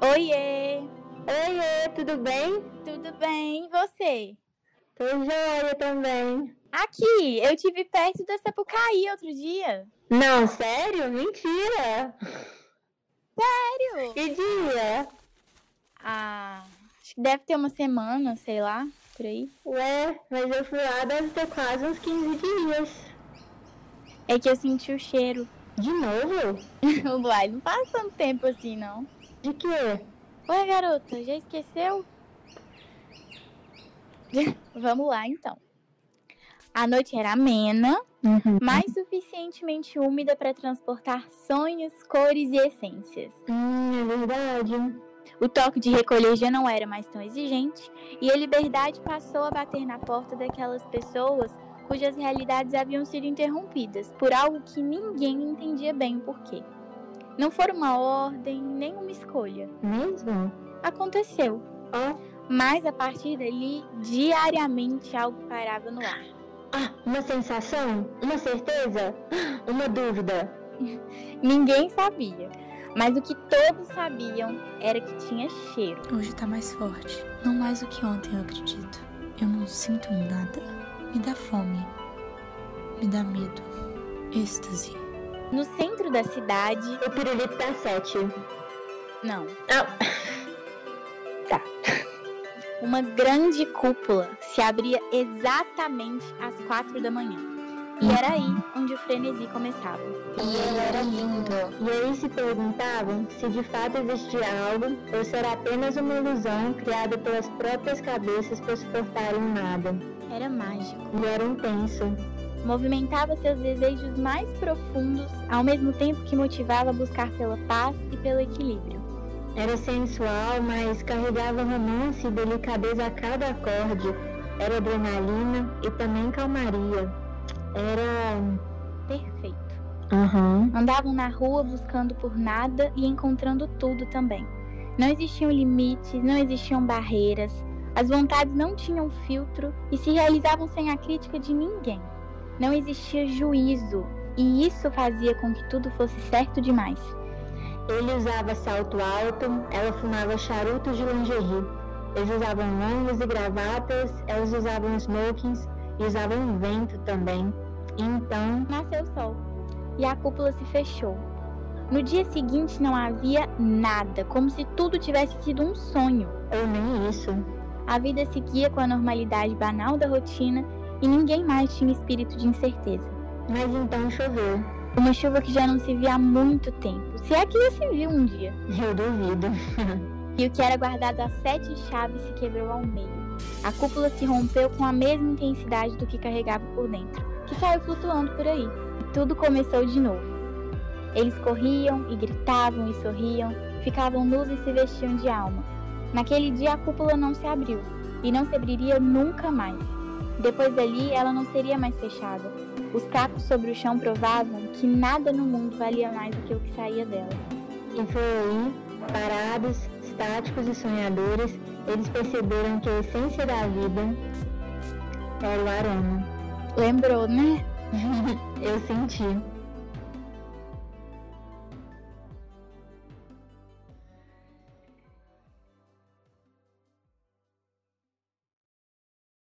Oiê! Oiê, tudo bem? Tudo bem, e você? Tô joia também. Aqui, eu tive perto da Sapucaí outro dia. Não, sério? Mentira! Sério? Que dia? Ah, acho que deve ter uma semana, sei lá, por aí. Ué, mas eu fui lá deve ter quase uns 15 dias. É que eu senti o cheiro. De novo? Uai, não passa tanto tempo assim, não. De quê? Ué, garota, já esqueceu? Vamos lá, então. A noite era amena, Uhum. mas suficientemente úmida para transportar sonhos, cores e essências. Hum, é verdade. O toque de recolher já não era mais tão exigente e a liberdade passou a bater na porta daquelas pessoas cujas realidades haviam sido interrompidas por algo que ninguém entendia bem o porquê. Não foi uma ordem, nem uma escolha. Mesmo? Aconteceu. Ó. Mas a partir dali, diariamente algo parava no ar. Ah, uma sensação? Uma certeza? Uma dúvida? Ninguém sabia. Mas o que todos sabiam era que tinha cheiro. Hoje tá mais forte. Não mais do que ontem, eu acredito. Eu não sinto nada. Me dá fome. Me dá medo. Êxtase. No centro da cidade, O pirulito tá sete. não. Tá. Uma grande cúpula se abria exatamente às quatro da manhã. E era aí onde o frenesi começava. E ele era lindo. E eles se perguntavam se de fato existia algo ou se era apenas uma ilusão criada pelas próprias cabeças para suportarem o nada. Era mágico. E era intenso. Movimentava seus desejos mais profundos, ao mesmo tempo que motivava a buscar pela paz e pelo equilíbrio. Era sensual, mas carregava romance e delicadeza a cada acorde. Era adrenalina e também calmaria. Era. Perfeito. Aham. Andavam na rua buscando por nada e encontrando tudo também. Não existiam limites, não existiam barreiras, as vontades não tinham filtro e se realizavam sem a crítica de ninguém. Não existia juízo, e isso fazia com que tudo fosse certo demais. Ele usava salto alto, ela fumava charutos de lingerie. Eles usavam longos e gravatas, elas usavam smokings e usavam vento também. Então, Nasceu o sol e a cúpula se fechou. No dia seguinte não havia nada, como se tudo tivesse sido um sonho. ou nem isso. A vida seguia com a normalidade banal da rotina e ninguém mais tinha espírito de incerteza. Mas então choveu. Uma chuva que já não se via há muito tempo, se é que já se viu um dia. Eu duvido. E o que era guardado a sete chaves se quebrou ao meio. A cúpula se rompeu com a mesma intensidade do que carregava por dentro, que saiu flutuando por aí. E tudo começou de novo. Eles corriam e gritavam e sorriam, ficavam nus e se vestiam de alma. Naquele dia a cúpula não se abriu e não se abriria nunca mais. Depois dali ela não seria mais fechada. Os cacos sobre o chão provavam que nada no mundo valia mais do que o que saía dela. E foi aí, parados, estáticos e sonhadores, eles perceberam que a essência da vida era o aroma. Lembrou, né? Eu senti.